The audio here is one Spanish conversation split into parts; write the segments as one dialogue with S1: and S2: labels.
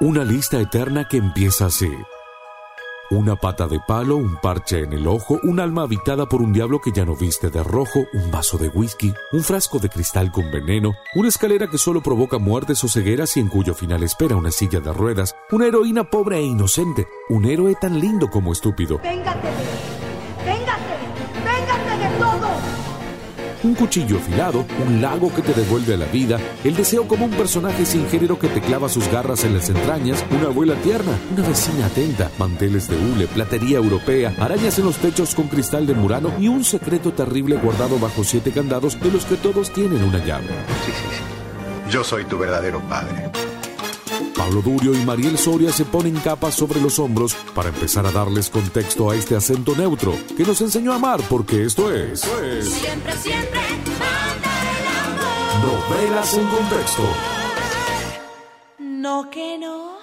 S1: Una lista eterna que empieza así. Una pata de palo, un parche en el ojo, un alma habitada por un diablo que ya no viste de rojo, un vaso de whisky, un frasco de cristal con veneno, una escalera que solo provoca muertes o cegueras y en cuyo final espera una silla de ruedas, una heroína pobre e inocente, un héroe tan lindo como estúpido,
S2: Véngate, véngate, véngate de todo.
S1: un cuchillo afilado, un lago que te devuelve a la vida, el deseo como un personaje sin género que te clava sus garras en las entrañas, una abuela tierna, una vecina atenta, manteles de hule, platería europea, arañas en los techos con cristal de murano y un secreto terrible guardado bajo siete candados de los que todos tienen una llave.
S3: Sí, sí, sí. Yo soy tu verdadero padre.
S1: Pablo Durio y Mariel Soria se ponen capas sobre los hombros para empezar a darles contexto a este acento neutro que nos enseñó a amar porque esto es...
S4: Siempre, siempre, manda el amor.
S1: Novelas en contexto.
S4: No que no.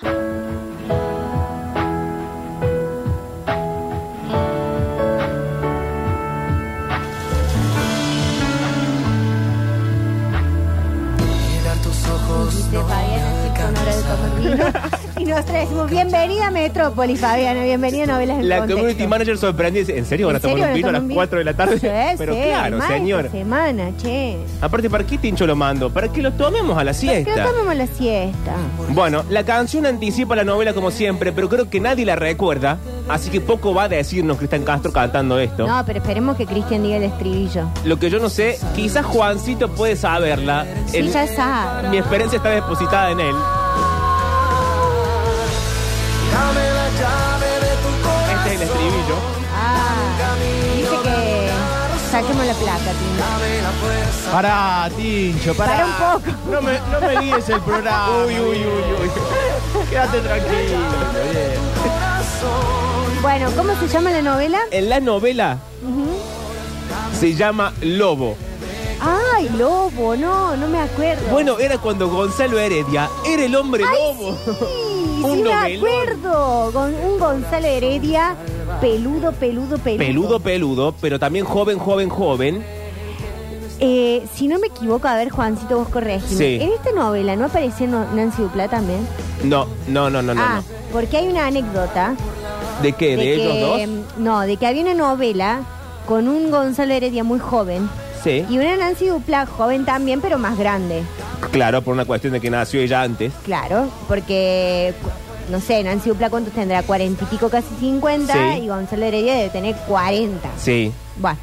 S2: Dice Fabiana, así con hora de tomar vino. Y nos traemos bienvenida a Metrópolis, Fabiana. Bienvenida a Novelas en
S5: La
S2: Contexto.
S5: community manager sorprendida dice, ¿en serio van a
S2: ¿En
S5: tomar
S2: serio
S5: un
S2: van
S5: vino a las
S2: tomar un
S5: 4 de la tarde?
S2: Sí,
S5: Pero
S2: sí,
S5: claro,
S2: más esta
S5: señor.
S2: semana, che.
S5: Aparte, ¿para qué tincho lo mando? Para que lo tomemos a la
S2: ¿Por qué no
S5: siesta.
S2: tomamos la siesta?
S5: Bueno, la canción anticipa la novela como siempre, pero creo que nadie la recuerda, así que poco va a decirnos Cristian Castro cantando esto.
S2: No, pero esperemos que Cristian diga el estribillo.
S5: Lo que yo no sé, quizás Juancito puede saberla.
S2: Sí,
S5: El-
S2: ya sabe.
S5: Mi experiencia está depositada en él. Este es el estribillo.
S2: Ah, dice que saquemos la placa, Tim.
S6: Pará, Tincho, pará.
S2: Para un poco.
S6: No me, no me guíes el programa.
S5: Uy, uy, uy, uy.
S6: Quédate tranquilo.
S2: Bueno, ¿cómo se llama la novela?
S5: En la novela se llama Lobo.
S2: Ay, Lobo, no, no me acuerdo.
S5: Bueno, era cuando Gonzalo Heredia era el hombre lobo.
S2: Sí,
S5: Un
S2: sí me
S5: novelón.
S2: acuerdo. Con un Gonzalo Heredia, peludo, peludo, peludo.
S5: Peludo, peludo, pero también joven, joven, joven.
S2: Eh, si no me equivoco, a ver, Juancito, vos corregime.
S5: Sí.
S2: En esta novela, ¿no apareció No- Nancy Duplá también?
S5: No, no, no, no, no.
S2: ah, porque hay una anécdota.
S5: no. ¿De qué? ¿De, ellos
S2: que, em,
S5: dos?
S2: No, de que había una novela con un Gonzalo Heredia muy joven
S5: Sí.
S2: y una Nancy Duplá joven también, pero más grande.
S5: Claro, por una cuestión de que nació ella antes.
S2: Claro, porque, no sé, Nancy Duplá, ¿cuántos tendrá? Cuarenta y pico, casi cincuenta,
S5: Sí.
S2: y Gonzalo Heredia debe tener cuarenta.
S5: Sí.
S2: Bueno,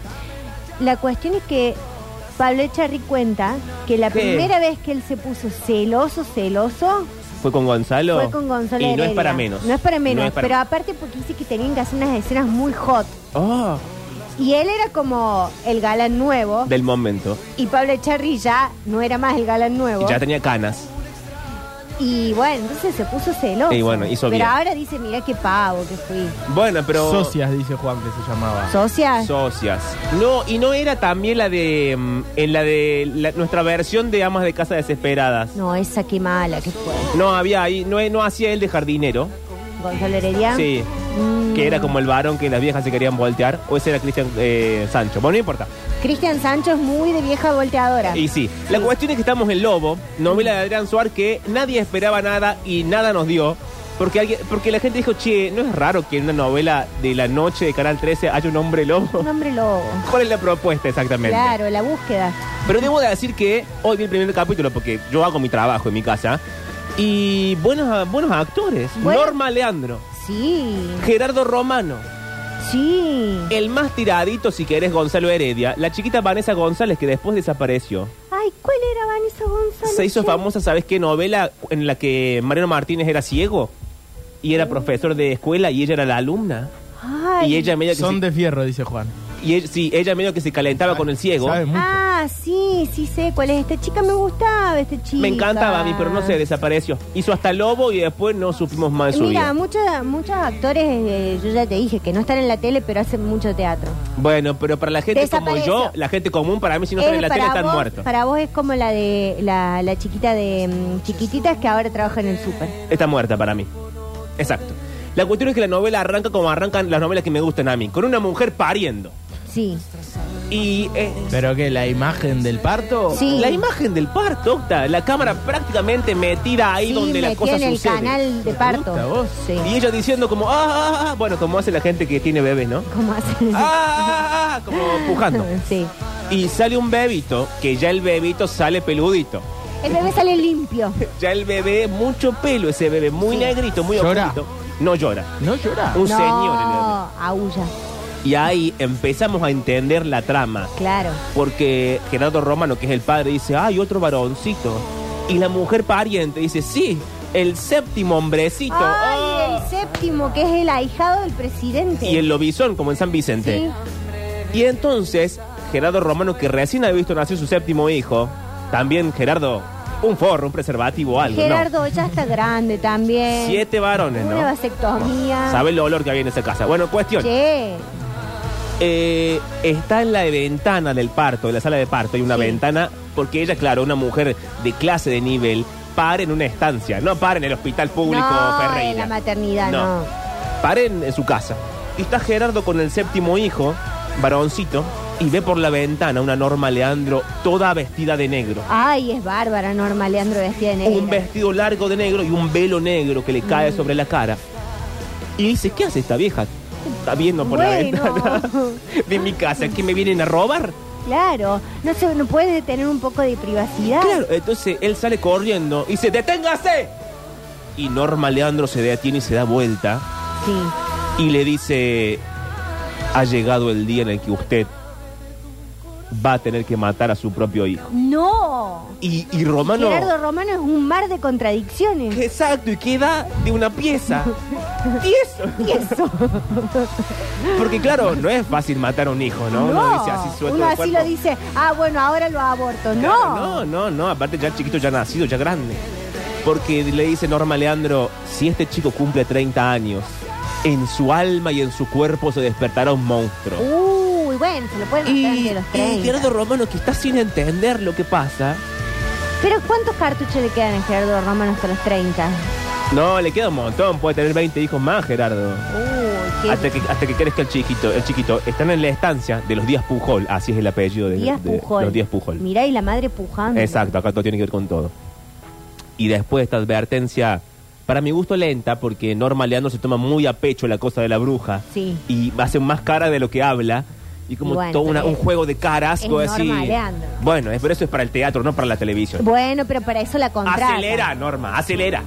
S2: la cuestión es que Pablo Echarri cuenta que la
S5: ¿Qué?
S2: primera vez que él se puso celoso, celoso,
S5: Fue con Gonzalo.
S2: fue con Gonzalo
S5: Y
S2: Heredia.
S5: no es para menos.
S2: No es para menos,
S5: No es para-
S2: pero aparte porque dice que tenían que hacer unas escenas muy hot.
S5: Oh,
S2: Y él era como el galán nuevo,
S5: del momento.
S2: y Pablo Echarri ya no era más el galán nuevo.
S5: Ya tenía canas.
S2: Y bueno, entonces se puso celoso.
S5: Y bueno, hizo
S2: Pero
S5: bien.
S2: ahora dice, mira qué pavo que fui.
S5: Bueno, pero.
S6: Socias, dice Juan que se llamaba.
S2: ¿Socia?
S5: Socias. No, y no era también la de. mm, En la de. la- nuestra versión de Amas de Casa Desesperadas.
S2: no, esa qué mala que fue.
S5: No había ahí. No, no hacía él de jardinero.
S2: Gonzalo Heredia.
S5: Sí.
S2: Mm.
S5: Que era como el varón que las viejas se querían voltear. O ese era Cristian eh, Sancho. Bueno, no importa.
S2: Cristian Sancho es muy de vieja volteadora.
S5: Y sí, la cuestión es que estamos en Lobo, novela de Adrián Suárez que nadie esperaba nada y nada nos dio. Porque, alguien, porque la gente dijo, che, ¿no es raro que en una novela de la noche de Canal 13 haya un hombre lobo?
S2: Un hombre lobo.
S5: ¿Cuál es la propuesta exactamente?
S2: Claro, la búsqueda.
S5: Pero debo de decir que hoy vi el primer capítulo porque yo hago mi trabajo en mi casa. Y buenos, buenos actores.
S2: Bueno.
S5: Norma Leandro,
S2: Sí,
S5: Gerardo Romano,
S2: sí.
S5: el más tiradito si querés Gonzalo Heredia, la chiquita Vanessa González que después desapareció.
S2: Ay, ¿cuál era Vanessa González?
S5: Se hizo
S2: che?
S5: famosa, ¿sabes qué? Novela en la que Mariano Martínez era ciego y era profesor de escuela y ella era la alumna.
S2: Mm. Ay.
S5: Y ella medio que
S6: Son
S5: se,
S6: de fierro, dice Juan.
S5: y ella- sí, ella medio que se calentaba con el ciego.
S6: Sabe mucho.
S2: Ah, sí, sí sé cuál es. Esta chica me gustaba, esta chica.
S5: Me encantaba a mí, pero no se desapareció. Hizo hasta Lobo y después no supimos más de su
S2: Mira,
S5: vida.
S2: muchos, muchos actores, eh, yo ya te dije, que no están en la tele, pero hacen mucho teatro.
S5: Bueno, pero para la gente como
S2: Desapareció.
S5: yo, la gente común, para mí si no sale en la
S2: Eres
S5: tele
S2: para
S5: están
S2: vos-
S5: muertos.
S2: Para vos es como la de la, la chiquita de mm, chiquititas que ahora trabaja en el súper.
S5: Está muerta para mí. Exacto. La cuestión es que la novela arranca como arrancan las novelas que me gustan a mí, con una mujer pariendo.
S2: Sí.
S5: Y eh,
S6: ¿Pero qué? ¿La imagen del parto?
S2: Sí.
S5: la imagen del parto, Octa, la cámara prácticamente metida ahí
S2: Sí,
S5: donde la
S2: metí
S5: cosa
S2: en el
S5: sucede.
S2: canal de parto.
S6: gusta vos?
S2: Sí.
S5: Y ella diciendo como, ah, ah, ah, bueno, como hace la gente que tiene bebés, ¿no?
S2: ¿Cómo hacen?
S5: Ah, ah, ah, como pujando.
S2: Sí.
S5: Y sale un bebito, que ya el bebito sale peludito.
S2: El bebé sale limpio.
S5: Ya el bebé, mucho pelo, ese bebé, muy
S2: Sí.
S5: negrito, muy
S6: ¿Llora?
S5: oscurito. No llora.
S6: ¿No llora?
S5: Un
S2: no,
S5: señor. el bebé.
S2: aulla,
S5: Y ahí empezamos a entender la trama.
S2: claro.
S5: Porque Gerardo Romano, que es el padre, dice, hay otro varoncito. Y la mujer pariente dice, sí, el séptimo hombrecito.
S2: Ay,
S5: ¡Oh!
S2: el séptimo, que es el ahijado del presidente.
S5: Y el lobizón, como en San Vicente.
S2: Sí.
S5: Y entonces, Gerardo Romano, que recién ha visto nacer su séptimo hijo, también Gerardo, un forro, un preservativo, algo,
S2: Gerardo eh, ya está grande
S5: ¿no?
S2: también.
S5: Siete varones,
S2: Una
S5: ¿no?
S2: vasectomía.
S5: ¿Sabe el olor que había en esa casa? Bueno, cuestión.
S2: Che,
S5: Eh, está en la ventana del parto, de la sala de parto, hay una
S2: Sí.
S5: ventana, porque ella, claro, una mujer de clase de nivel, para en una estancia, no para en el hospital público
S2: No,
S5: Ferreira.
S2: en la maternidad, no.
S5: Para en, en su casa. Y está Gerardo con el séptimo hijo, varoncito, y ve por la ventana una Norma Leandro toda vestida de negro.
S2: Ay, es bárbara Norma Leandro vestida de negro.
S5: Un vestido largo de negro y un velo negro que le cae
S2: Mm.
S5: sobre la cara. Y dice, ¿qué hace esta vieja? Está viendo por
S2: Bueno.
S5: la ventana de mi casa, ¿que me vienen a robar?
S2: Claro, no se no puede tener un poco de privacidad.
S5: Claro, entonces él sale corriendo y dice, ¡deténgase! Y Norma Leandro se detiene y se da vuelta
S2: Sí.
S5: y le dice, ha llegado el día en el que usted va a tener que matar a su propio hijo.
S2: No.
S5: Y, y Romano...
S2: Gerardo Romano es un mar de contradicciones.
S5: Exacto, y queda de una pieza. Tieso.
S2: Eso.
S5: Porque claro, no es fácil matar a un hijo, ¿no? Uno dice así suelto
S2: Uno
S5: el
S2: así
S5: cuerpo.
S2: lo dice, ah, bueno, ahora lo aborto.
S5: Claro,
S2: no.
S5: No, no, no. Aparte ya chiquito, ya nacido, ya grande. Porque le dice Norma Leandro, si este chico cumple 30 años, en su alma y en su cuerpo se despertará un monstruo.
S2: Uy, bueno, se lo pueden
S5: Y,
S2: matar antes de los
S5: y
S2: 30.
S5: Gerardo Romano, que está sin entender lo que pasa,
S2: Pero ¿cuántos cartuchos le quedan a Gerardo Romano hasta los 30?
S5: no, le queda un montón. Puede tener 20 hijos más, Gerardo.
S2: Uy, qué
S5: Hasta que, hasta que crezca el chiquito, el chiquito. Están en la estancia de los Díaz Pujol, así es el apellido de,
S2: Díaz
S5: de-
S2: Pujol.
S5: los Díaz Pujol.
S2: Mirá, y la madre pujando.
S5: Exacto, acá todo tiene que ver con todo. Y después esta advertencia, para mi gusto lenta, porque Norma Leandro se toma muy a pecho la cosa de la bruja.
S2: Sí.
S5: Y hace más cara de lo que habla. Y como
S2: Y bueno,
S5: todo una-
S2: pero
S5: un juego de caras,
S2: es
S5: todo así.
S2: Norma Leandro.
S5: Bueno, es- pero eso es para el teatro, no para la televisión.
S2: Bueno, pero para eso la contrata.
S5: Acelera, Norma, acelera.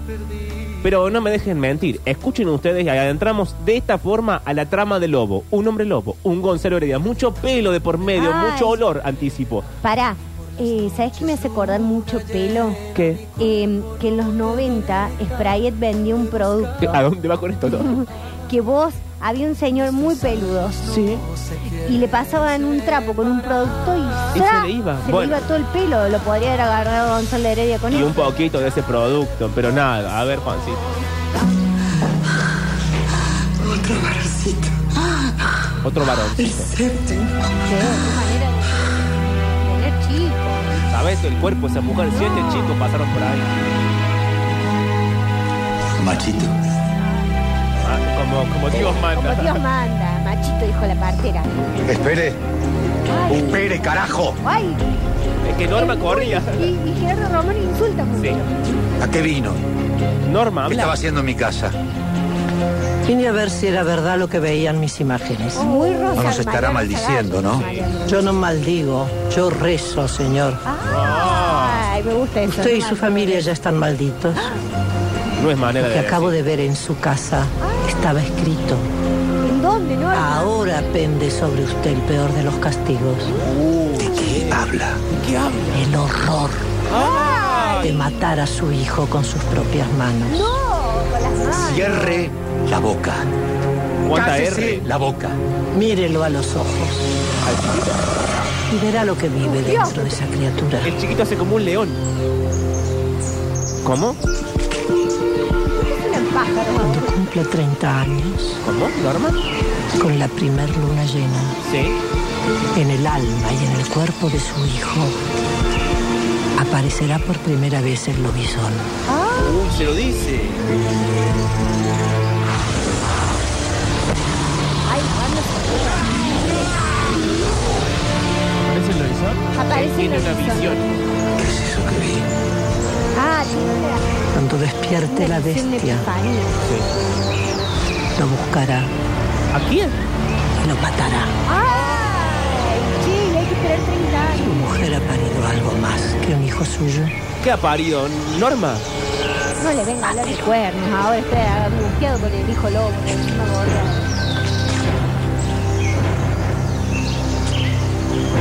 S5: Pero no me dejen mentir, escuchen ustedes y adentramos de esta forma a la trama de Lobo. Un hombre lobo, un Gonzalo Heredia, mucho pelo de por medio,
S2: Ay.
S5: mucho olor, anticipo.
S2: Pará, eh, ¿sabes qué me hace acordar mucho pelo?
S5: ¿Qué?
S2: Eh, que en los 90 Sprayet vendió un producto
S5: ¿A dónde va con esto? Lobo?
S2: que vos, había un señor muy peludo
S5: Sí.
S2: y le pasaban un trapo con un producto y,
S5: Y
S2: ¡za!
S5: se le iba.
S2: se
S5: Bueno.
S2: iba todo el pelo, lo podría haber agarrado Gonzalo Heredia con
S5: Y
S2: él.
S5: un poquito de ese producto, pero nada. A ver, Juancito.
S7: Otro varoncito.
S5: Otro varón.
S7: El séptimo.
S2: Era chico.
S5: ¿Sabes? El cuerpo de esa mujer, siete chicos pasaron por ahí.
S3: Machito.
S5: Ah, como, como Dios
S2: Como
S5: manda.
S2: Dios manda, machito dijo la partera.
S3: Espere,
S2: Ay,
S3: espere, carajo.
S2: ay.
S5: Es que Norma corría.
S2: Y, y Gerardo Román insulta mucho.
S5: Sí.
S3: ¿A qué vino?
S5: Norma,
S3: ¿Qué
S5: habla.
S3: estaba haciendo en mi casa?
S8: Vine a ver si era verdad lo que veían mis imágenes.
S2: Muy rosa.
S3: No nos estará
S2: Mariana
S3: maldiciendo,
S2: Zagallo,
S3: ¿no?
S2: Mariana.
S8: Yo no maldigo, yo rezo, señor.
S2: Ay, me gusta eso.
S8: Usted y su familia ya están malditos.
S5: No es manera
S8: Lo
S5: de
S8: que acabo
S5: decir.
S8: de ver en su casa estaba escrito.
S2: ¿En dónde, no?
S8: Ah. Ahora pende sobre usted el peor de los castigos.
S3: Habla.
S8: El horror de matar a su hijo con sus propias manos.
S2: No, con las manos.
S3: Cierre la boca.
S5: ¿Cuánta
S3: Cállese
S5: R?
S3: la boca.
S8: Mírelo a los ojos. Y verá lo que vive dentro de esa criatura.
S5: El chiquito hace como un león. ¿Cómo?
S2: Eran pájaros.
S8: Cuando cumpla 30 años,
S5: ¿Cómo? ¿Norma?
S8: con la primer luna llena,
S5: Sí.
S8: En el alma y en el cuerpo de su hijo aparecerá por primera vez el lobizón.
S5: Uy, se lo dice. visión, él
S2: Aparece
S5: tiene
S2: en
S5: una
S2: la visión.
S5: visión.
S3: ¿Qué es eso que vi?
S2: Ah, tiene
S8: Cuando despierte
S2: una
S8: la
S2: relación de
S8: bestia,
S2: epifanía.
S8: lo buscará
S5: ¿A quién?
S8: y lo matará.
S2: ¡Ay! Sí, hay que esperar 30
S8: Tu
S2: años.
S8: mujer ha parido algo más que un hijo suyo.
S5: ¿Qué ha parido? ¿Norma?
S2: No le venga a hablar de cuernos. Ahora está angustiado por el hijo lobo. por el hijo gordo.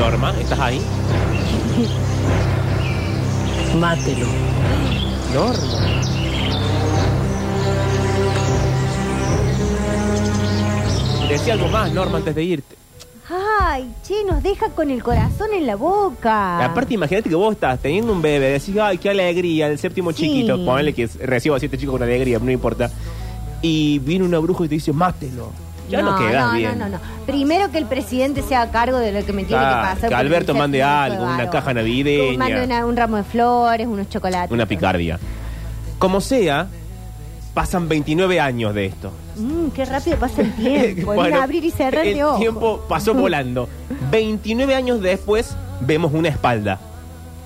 S5: ¿Norma? ¿Estás ahí?
S8: Mátelo.
S5: Norma. Decía algo más, Norma, antes de irte.
S2: Ay, che, nos deja con el corazón en la boca.
S5: Aparte, imagínate que vos estás teniendo un bebé, decís, ay, qué alegría, el séptimo
S2: Sí.
S5: chiquito. Ponle que recibo a siete chicos con alegría, no importa. Y viene una bruja y te dice, mátelo. Ya no, quedas
S2: no,
S5: bien.
S2: No, no, no. Primero que el presidente sea a cargo de lo que me tiene
S5: Claro,
S2: que pasar.
S5: que
S2: porque
S5: Alberto
S2: quizás
S5: mande
S2: no fue
S5: algo, una
S2: varón.
S5: caja navideña.
S2: Que mande una- un ramo de flores, unos chocolates.
S5: Una picardía. Como sea, pasan 29 años de esto.
S2: Mm, qué rápido pasa el tiempo. en un
S5: Bueno,
S2: abrir y cerrar
S5: El
S2: de ojos.
S5: tiempo pasó volando. 29 años después vemos una espalda.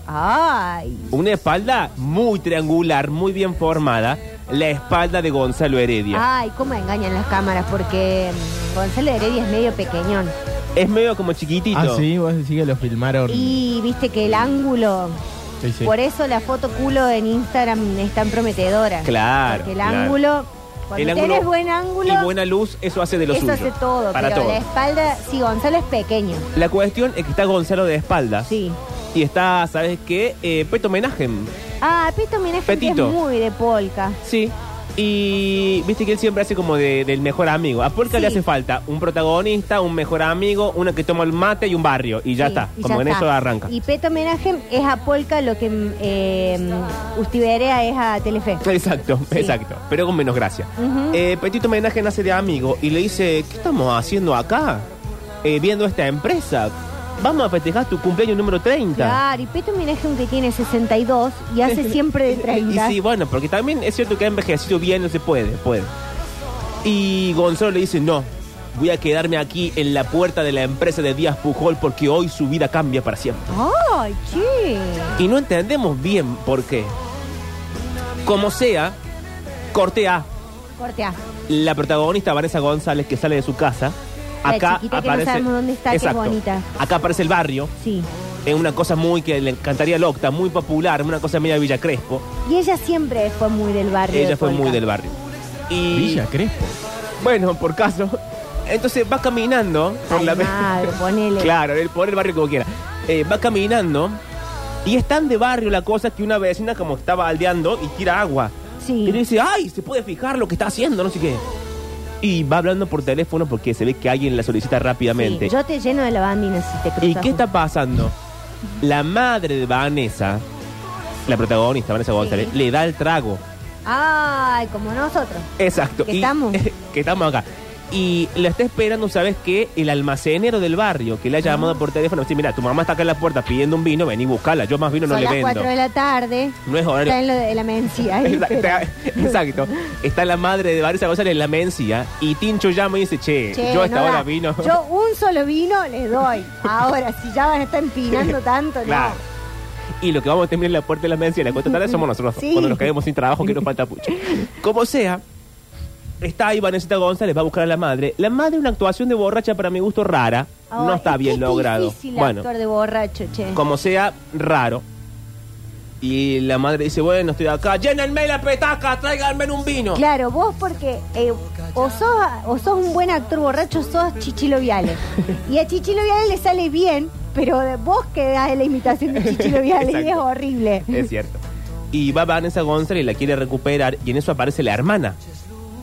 S2: Ay.
S5: Una espalda muy triangular, muy bien formada. La espalda de Gonzalo Heredia.
S2: Ay, cómo engañan las cámaras porque mm, Gonzalo Heredia es medio pequeñón.
S5: Es medio como chiquitito.
S6: Ah, sí, vos decís que lo filmaron.
S2: Y viste que el ángulo.
S6: Sí, sí.
S2: Por eso la foto culo en Instagram es tan prometedora.
S5: Claro,
S2: Porque el
S5: claro.
S2: ángulo. Cuando
S5: El ángulo
S2: tenés buen ángulo.
S5: Y buena luz, eso hace de lo
S2: Eso
S5: suyo.
S2: hace todo,
S5: Para
S2: pero
S5: todo.
S2: la espalda, sí, Gonzalo es pequeño.
S5: La cuestión es que está Gonzalo de espalda.
S2: Sí.
S5: Y está, ¿sabes qué? Eh, Peto Homenaje.
S2: Ah, Pito mira es gente
S5: Petito.
S2: es muy de polka.
S5: Sí. Y viste que él siempre hace como de- del mejor amigo. A Polka
S2: Sí.
S5: le hace falta un protagonista, un mejor amigo, una que toma el mate y un barrio. Y ya
S2: Sí,
S5: está.
S2: y
S5: como
S2: ya
S5: en
S2: está.
S5: eso arranca.
S2: Y Peto Homenaje es a Polka lo que mm, eh, Ustiberea es a Telefe.
S5: Exacto,
S2: Sí.
S5: exacto. Pero con menos gracia. Eh, Petito Homenaje nace de amigo y le dice, ¿qué estamos haciendo acá? Eh, viendo esta empresa. Vamos a festejar tu cumpleaños número 30.
S2: Claro, y Peto Homenaje aunque tiene 62 y hace siempre de 30.
S5: Y sí, bueno, porque también es cierto que ha envejecido bien, no se puede, puede. Y Gonzalo le dice, no, voy a quedarme aquí en la puerta de la empresa de Díaz Pujol porque hoy su vida cambia para siempre.
S2: Ay, che.
S5: Y no entendemos bien por qué. Como sea, corte a
S2: Corte A.
S5: la protagonista Vanessa González que sale de su casa.
S2: La
S5: Acá
S2: chiquita que no
S5: aparece.
S2: sabemos dónde está, que es
S5: Exacto.
S2: bonita.
S5: Acá aparece el barrio.
S2: Sí.
S5: Es una cosa muy que le encantaría al Octa, muy popular, una cosa media Villa Crespo.
S2: Y ella siempre fue muy del barrio. de
S5: Ella fue
S2: polka.
S5: muy del barrio. Y
S6: Villa Crespo.
S5: Bueno, por caso. Entonces va caminando por
S2: Ay,
S5: la
S2: madre, ponele.
S5: Claro, el- por el barrio como quiera. Eh, va caminando y es tan de barrio la cosa que una vecina como estaba aldeando y tira agua.
S2: Sí.
S5: Y le dice, ay, se puede fijar lo que está haciendo, no sé qué. Y va hablando por teléfono porque se ve que alguien la solicita rápidamente.
S2: Sí, Yo te lleno de lavandina si te cruzas.
S5: ¿Y qué está pasando? La madre de Vanessa, la protagonista, Vanessa González, le da el trago.
S2: Ay, como nosotros.
S5: Exacto.
S2: Que
S5: y-
S2: estamos.
S5: que estamos acá. Y la está esperando, ¿sabes qué? El almacenero del barrio, que le ha
S2: Ah.
S5: llamado por teléfono. Dice, mira, tu mamá está acá en la puerta pidiendo un vino, vení, buscala. Yo más vino no
S2: Son
S5: le
S2: las
S5: vendo.
S2: 4 de la tarde.
S5: No es horario.
S2: Está en lo de la mencía. ahí,
S5: Exacto,
S2: pero-
S5: Exacto. Está la madre de Vanessa González en la mencía y Tincho llama y dice, che,
S2: Che,
S5: yo a esta
S2: no
S5: hora
S2: da.
S5: vino.
S2: Yo un solo vino les doy. Ahora, si ya van a estar empinando tanto,
S5: claro. Y lo que vamos a tener en la puerta de la mencía y la cuenta tarde somos nosotros.
S2: Sí.
S5: Cuando nos quedemos sin trabajo, que nos falta mucho. Como sea, está ahí Vanessa González, va a buscar a la madre. La madre, una actuación de borracha para mi gusto rara.
S2: no.
S5: no
S2: Ay,
S5: está
S2: es que
S5: bien
S2: es
S5: logrado.
S2: difícil
S5: Bueno.
S2: actuar de borracho, che.
S5: como sea, raro. Y la madre dice, bueno, estoy acá, llénenme la petaca, tráiganme un vino.
S2: Claro, vos porque eh, o, sos, o sos un buen actor borracho, sos Chichilo Viale. Y a Chichilo Viale le sale bien, pero de- vos quedás en la imitación de Chichilo Viale y es
S5: Exacto.
S2: horrible.
S5: Es cierto. Y va Vanessa González y la quiere recuperar y en eso aparece la hermana.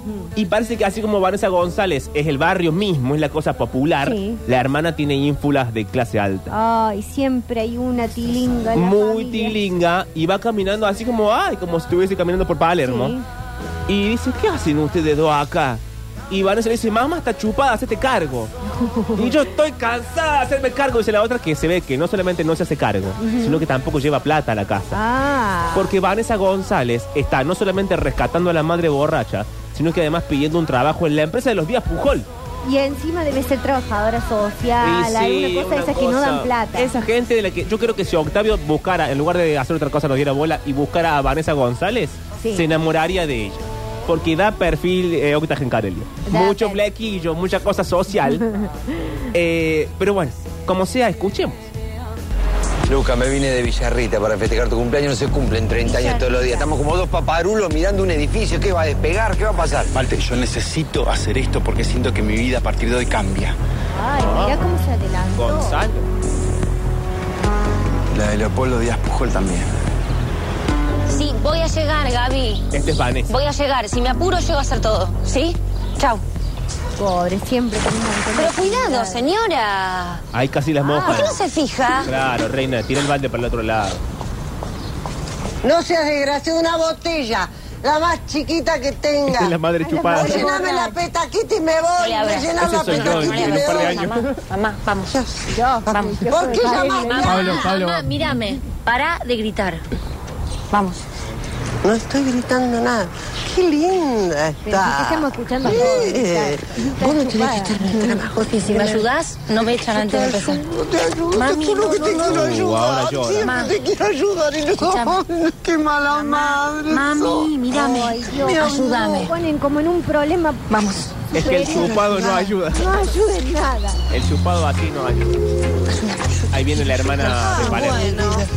S2: Mm.
S5: Y parece que así como Vanessa González es el barrio mismo, es la cosa popular,
S2: Sí.
S5: la hermana tiene ínfulas de clase alta.
S2: Ay, siempre hay una tilinga. en la
S5: Muy
S2: familia.
S5: tilinga y va caminando así como, ay, como si estuviese caminando por Palermo.
S2: Sí.
S5: Y dice, ¿qué hacen ustedes dos acá? Y Vanessa le dice, mamá está chupada, hacete cargo. y yo estoy cansada de hacerme cargo, dice la otra, que se ve que no solamente no se hace cargo, sino que tampoco lleva plata a la casa.
S2: Ah.
S5: Porque Vanessa González está no solamente rescatando a la madre borracha, sino que además pidiendo un trabajo en la empresa de los días Pujol.
S2: Y encima debe ser trabajadora social,
S5: Sí, sí,
S2: alguna cosa Ah, de
S5: una
S2: esas que no
S5: cosa.
S2: dan plata.
S5: Esa gente de la que yo creo que si Octavio buscara, en lugar de hacer otra cosa, nos diera bola y buscara a Vanessa González,
S2: Sí.
S5: se enamoraría de ella. Porque da perfil eh, Octa Gencarelli.
S2: Da
S5: Mucho
S2: perfil.
S5: flequillo, mucha cosa social. Eh, pero bueno, como sea, escuchemos.
S3: Luca, me vine de Villarrita para festejar tu cumpleaños. No se cumplen 30 años todos los días. Estamos como dos paparulos mirando un edificio. ¿Qué va a despegar? ¿Qué va a pasar?
S9: Malte, yo necesito hacer esto porque siento que mi vida a partir de hoy cambia.
S2: Ay, mirá cómo se adelantó.
S5: Ah. Gonzalo.
S9: La de Leopoldo Díaz Pujol también.
S10: Sí, voy a llegar, Gaby.
S5: Este es Vanessa.
S10: Voy a llegar. Si me apuro, llego a hacer todo. ¿Sí? Chao.
S2: Pobre, siempre con un montón de
S10: Pero cuidado,
S2: actividades.
S10: señora.
S5: Ahí casi
S2: Ah,
S5: las
S10: ¿Por qué no
S5: mojas.
S10: se fija?
S5: Claro, reina, tira el balde para el otro lado.
S8: No seas desgraciado, una botella, la más chiquita que tenga.
S5: la madre chupada.
S2: madre.
S8: Llename la petaquita y me voy.
S10: Hola,
S8: Me
S10: abrazo.
S8: llenás la
S5: Ese soy yo,
S8: petaquita y
S5: en
S8: me
S5: un par de
S8: voy.
S5: años.
S10: Mamá, mamá, vamos.
S2: Yo,
S10: Vamos.
S2: yo
S8: ¿Por
S2: soy
S8: qué
S2: padre.
S8: llamás?
S10: Mamá,
S6: Pablo, Pablo.
S10: mamá, mírame. Para de gritar. Vamos.
S8: No estoy gritando nada. Qué linda
S2: Pero sí que
S8: está.
S2: estamos escuchando a
S8: Sí.
S2: todos, está- está
S8: Vos no tenés
S2: chupada.
S8: que estar en el trabajo.
S10: Y si me ayudás, no me echan antes de empezar.
S8: Yo te ayudo,
S10: Mami,
S8: solo que
S10: no,
S8: te
S10: no,
S8: quiero
S10: no.
S5: Uh, ahora
S8: ayudar.
S5: llora.
S8: Siempre
S10: Ma.
S8: te quiero ayudar y no.
S10: Escuchame.
S8: Qué mala madre. sos.
S10: Mami, mírame.
S2: Ay, Dios,
S10: Ayúdame.
S2: Me ponen como en un problema.
S10: Vamos.
S5: Es que el chupado no ayuda.
S2: No ayuden nada.
S5: El chupado aquí no ayuda. Ahí viene la hermana de Vanessa.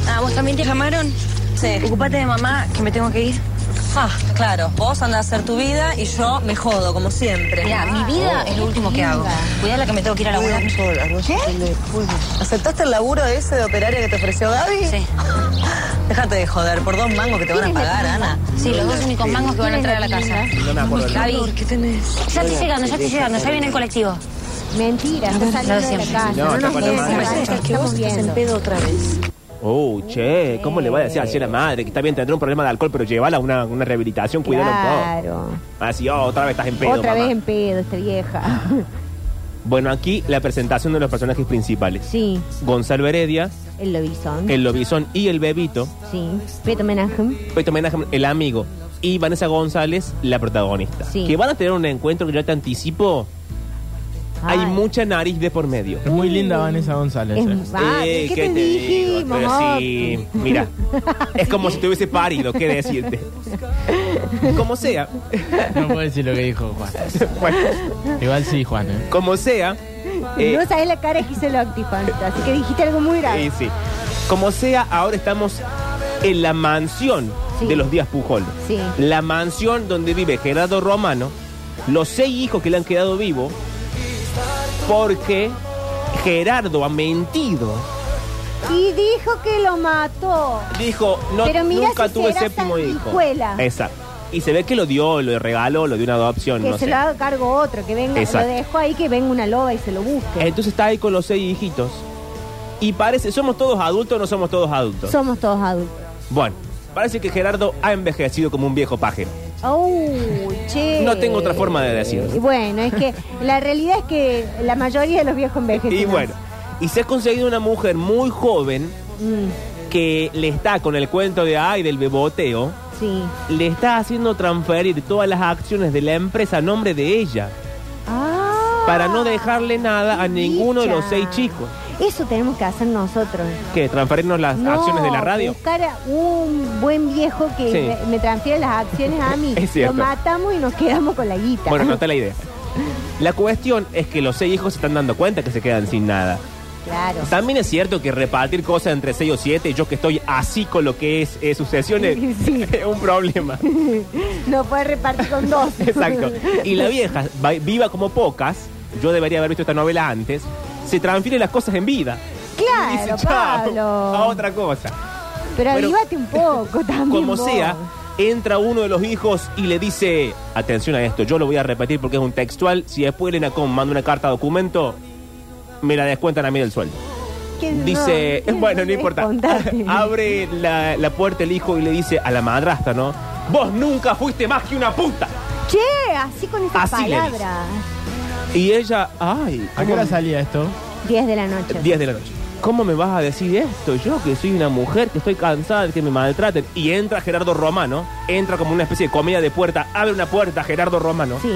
S10: Ah, ¿vos también te llamaron? Sí. Ocupate de mamá, que me tengo que ir.
S11: Ah, claro, vos andás a hacer tu vida y yo me jodo, como siempre.
S10: Mira, mi vida
S8: Oh,
S10: es lo último que hago. Cuidala que me tengo que ir a la
S8: Voy
S10: abuela.
S8: sola, no sé si le puedo.
S11: ¿Aceptaste el laburo ese de operaria que te ofreció Gaby?
S10: Sí.
S11: Déjate de joder, por dos mangos que te van a pagar, Ana.
S10: Sí, los dos únicos mangos que van a entrar a la casa.
S5: No me acuerdo del
S10: Gaby,
S8: ¿Qué tenés?
S10: ya estoy llegando, ya estoy llegando, ya viene el colectivo.
S2: Mentira, está saliendo de la
S10: siempre.
S2: casa.
S5: No, está con la madre.
S2: estamos viendo.
S8: pedo otra vez.
S5: Oh, che, ¿cómo le va a decir así a la madre? Que está bien, tendrá un problema de alcohol, pero llévala a una, una rehabilitación, cuídala un poco.
S2: Claro.
S5: Así, oh, otra vez estás en pedo,
S2: Otra
S5: mamá.
S2: vez en pedo esta vieja.
S5: Bueno, aquí la presentación de los personajes principales.
S2: Sí,
S5: Gonzalo Heredia,
S2: el lobizón.
S5: el lobizón y el bebito.
S2: Sí. Peto Menachem.
S5: Este homenaje el amigo. Y Vanessa González, la protagonista.
S2: Sí.
S5: Que van a tener un encuentro que yo te anticipo. Hay
S2: Ay.
S5: mucha nariz de por medio.
S6: Es muy linda Vanessa González. eh.
S2: Es va,
S5: Eh,
S2: ¿qué, te,
S5: digo?
S2: dijimos?
S5: Pero sí, mira, es como si te hubiese parido, qué decirte. Como sea,
S6: No puedo decir lo que dijo Juan.
S5: bueno,
S6: Igual sí, Juan. eh.
S5: como sea, eh,
S2: no sabes la cara que hizo el Octifanta, así que dijiste algo muy grave.
S5: sí, sí. como sea, ahora estamos en la mansión
S2: Sí.
S5: de los Díaz Pujol.
S2: Sí.
S5: La mansión donde vive Gerardo Romano, los seis hijos que le han quedado vivos, porque Gerardo ha mentido.
S2: Y dijo que lo mató.
S5: Dijo, no,
S2: Pero mira
S5: nunca
S2: si
S5: tuve
S2: será
S5: séptimo hijo.
S2: sanguijuela.
S5: Exacto. Y se ve que lo dio, lo regaló, lo dio una adopción,
S2: Que
S5: no
S2: se
S5: sé.
S2: lo haga cargo otro, que venga,
S5: Exacto.
S2: lo dejó ahí, que venga una loba y se lo busque.
S5: Entonces está ahí con los seis hijitos. Y parece, ¿somos todos adultos o no somos todos adultos?
S2: Somos todos adultos.
S5: bueno, parece que Gerardo ha envejecido como un viejo paje.
S2: Uy, Oh, che.
S5: No tengo otra forma de decirlo.
S2: Y bueno, es que la realidad es que la mayoría de los viejos envejecen.
S5: Y bueno, y se ha conseguido una mujer muy joven
S2: Mm,
S5: que le está con el cuento de ay del beboteo,
S2: sí.
S5: le está haciendo transferir todas las acciones de la empresa a nombre de ella,
S2: Ah,
S5: para no dejarle nada a ninguno de los
S2: bicha.
S5: seis chicos.
S2: Eso tenemos que hacer nosotros.
S5: ¿Qué? ¿Transferirnos las
S2: No,
S5: acciones de la radio?
S2: Buscar a un buen viejo que
S5: Sí.
S2: me, me transfiera las acciones a mí.
S5: Es cierto.
S2: Lo matamos y nos quedamos con la guita.
S5: Bueno, no está la idea. La cuestión es que los seis hijos se están dando cuenta que se quedan sin nada.
S2: Claro.
S5: También es cierto que repartir cosas entre 6 o 7, yo que estoy así con lo que es eh, sucesiones,
S2: Sí.
S5: es un problema.
S2: No puede repartir con dos.
S5: Exacto. Y la vieja, va- viva como pocas, yo debería haber visto esta novela antes, se transfiere las cosas en vida. Y
S2: Claro,
S5: dice, "Chao", a
S2: Pablo.
S5: otra cosa.
S2: Pero
S5: Bueno,
S2: avívate un poco también.
S5: Como
S2: vos.
S5: sea, entra uno de los hijos y le dice, atención a esto, yo lo voy a repetir porque es un textual, si después Elena Com manda una carta documento, me la descuentan a mí del sueldo.
S2: Que no,
S5: Dice,
S2: que
S5: bueno, no
S2: me
S5: importa. Ah,
S2: contaste.
S5: Abre la, la puerta el hijo y le dice a la madrastra, ¿no? Vos nunca fuiste más que una puta.
S2: Che, así con esas
S5: Así le dice.
S2: palabras.
S5: Y ella, ay,
S6: ¿A qué hora salía esto?
S2: 10 de la noche.
S5: 10 de la noche. ¿Cómo me vas a decir esto? Yo que soy una mujer, que estoy cansada de que me maltraten. Y entra Gerardo Romano, entra como una especie de comedia de puerta, abre una puerta Gerardo Romano
S2: Sí.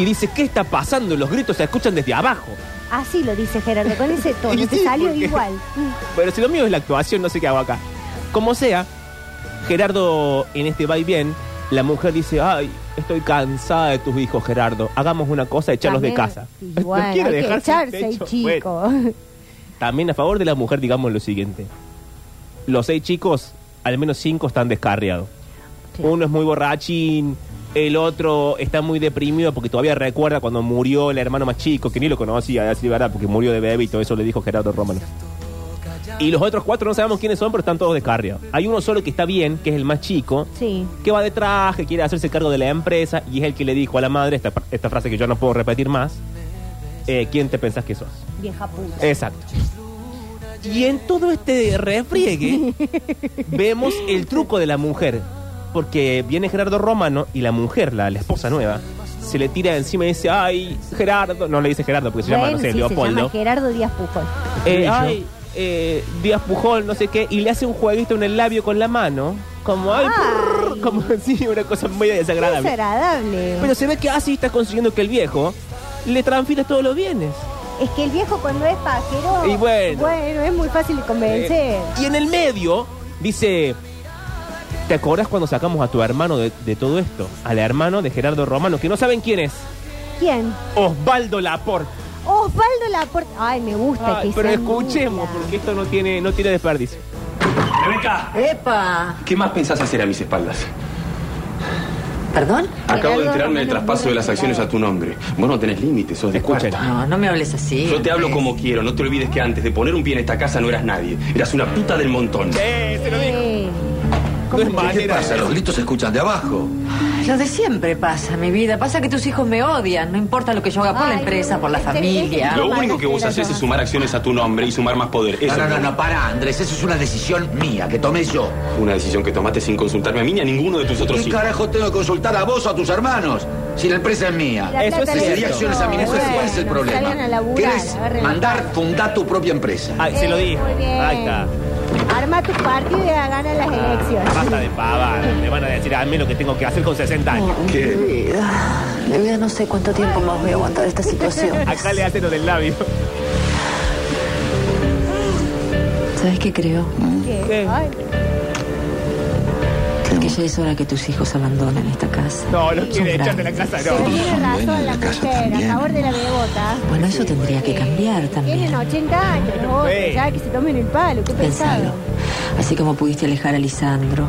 S5: y dice, ¿qué está pasando? Los gritos se escuchan desde abajo.
S2: Así lo dice Gerardo, con ese tono.
S5: Y
S2: te
S5: sí,
S2: salió
S5: porque-
S2: igual.
S5: Pero si lo mío es la actuación, no sé qué hago acá. Como sea, Gerardo en este va y bien, la mujer dice, ay, estoy cansada de tus hijos, Gerardo. Hagamos una cosa, echarlos de
S2: También,
S5: casa.
S2: Igual,
S5: No quiere
S2: hay que
S5: dejar sin
S2: echarse,
S5: techo. Bueno,
S2: chico.
S5: también a favor de la mujer, digamos lo siguiente. Los seis chicos, al menos cinco están descarriados. Uno es muy borrachín, el otro está muy deprimido porque todavía recuerda cuando murió el hermano más chico, que ni lo conocía, así verdad, porque murió de bebé y todo eso le dijo Gerardo Romano. Y los otros cuatro no sabemos quiénes son, pero están todos descarriados. Hay uno solo que está bien, que es el más chico,
S2: Sí.
S5: que va de traje, quiere hacerse cargo de la empresa y es el que le dijo a la madre esta, esta frase que yo no puedo repetir más. eh, ¿Quién te pensás que sos?
S2: Vieja puta.
S5: Exacto. Y en todo este refriegue vemos el truco de la mujer. Porque viene Gerardo Romano y la mujer, la, la esposa nueva, se le tira encima y dice, ay, Gerardo, no le dice Gerardo porque se llama,
S2: Bueno,
S5: no sé,
S2: sí, Se
S5: Leopoldo.
S2: llama Gerardo Díaz Pujol.
S5: Eh, ay, eh, Díaz Pujol, no sé qué, y le hace un jueguito en el labio con la mano, como, ay, prrr, como así, una cosa muy desagradable.
S2: Desagradable.
S5: Pero se ve que así está consiguiendo que el viejo le transfiera todos los bienes.
S2: Es que el viejo cuando es pajero.
S5: Y bueno.
S2: es muy fácil de convencer.
S5: Y en el medio dice, ¿te acordás cuando sacamos a tu hermano de, de todo esto? Al hermano de Gerardo Romano, que no saben quién es.
S2: ¿Quién?
S5: Osvaldo Laporte.
S2: Osvaldo Laporte. Ay, me gusta
S5: Ay,
S2: que
S5: pero
S2: sea
S5: escuchemos, porque esto no tiene, no tiene desperdicio.
S9: Rebeca,
S8: ¡Epa!
S9: ¿qué más pensás hacer a mis espaldas?
S8: ¿Perdón?
S9: Acabo de enterarme del traspaso de las acciones a tu nombre. Vos no tenés límites, sos de cuarta.
S8: No, no me hables así.
S9: Yo te hablo
S8: hombre.
S9: como quiero, no te olvides que antes de poner un pie en esta casa no eras nadie. Eras una puta del montón.
S5: Eh, se lo digo.
S2: Eh,
S5: No es manera.
S3: Los gritos se escuchan de abajo.
S8: Lo de siempre pasa, mi vida. Pasa que tus hijos me odian. No importa lo que yo haga por la
S2: Ay,
S8: empresa, por la
S2: este-
S8: familia.
S9: Lo único que vos haces es sumar acciones a tu nombre y sumar más poder. Eso
S3: No,
S9: es
S3: no, no, no, para, Andrés, eso es una decisión mía que tomé yo.
S9: una decisión que tomaste sin consultarme a mí ni a ninguno de tus otros
S3: ¿Qué
S9: hijos.
S3: carajo tengo que consultar a vos o a tus hermanos? Si la empresa es mía.
S2: la
S5: Eso
S2: plata
S5: es
S2: de
S5: cierto.
S3: Decidí
S2: ellos,
S3: acciones a mi empresa,
S2: bueno,
S3: ¿cuál es el
S2: salgan a
S3: problema?
S2: laburar,
S3: ¿Querés
S2: agarren la
S3: mandar,
S2: plata.
S3: fundar tu propia empresa?
S5: Ay, se lo
S2: Eh,
S5: dijo.
S2: muy bien.
S5: Ahí está. Ah,
S2: Arma tu partido y gana las elecciones.
S5: Basta de pava. Me van a decir a mí lo que tengo que hacer con 60 años.
S8: Mi vida. Mi vida no sé cuánto tiempo más voy a aguantar esta situación.
S5: Acá le hacen lo del labio.
S8: ¿Sabes qué creo?
S2: ¿Qué?
S5: ¿Qué?
S2: Ay,
S8: Que ya es hora que tus hijos abandonen esta casa.
S5: No, los quiere
S8: Son
S5: echar de la
S8: grandes.
S5: casa,
S2: pero
S5: no.
S2: tiene razón la mujer, a favor de la bebota.
S8: Bueno, eso tendría que cambiar
S2: Tienen
S8: también.
S2: 80 años, ¿no?
S5: Eh.
S2: ya que se tomen el palo, qué
S8: Pensalo.
S2: pesado.
S8: Así como pudiste alejar a Lisandro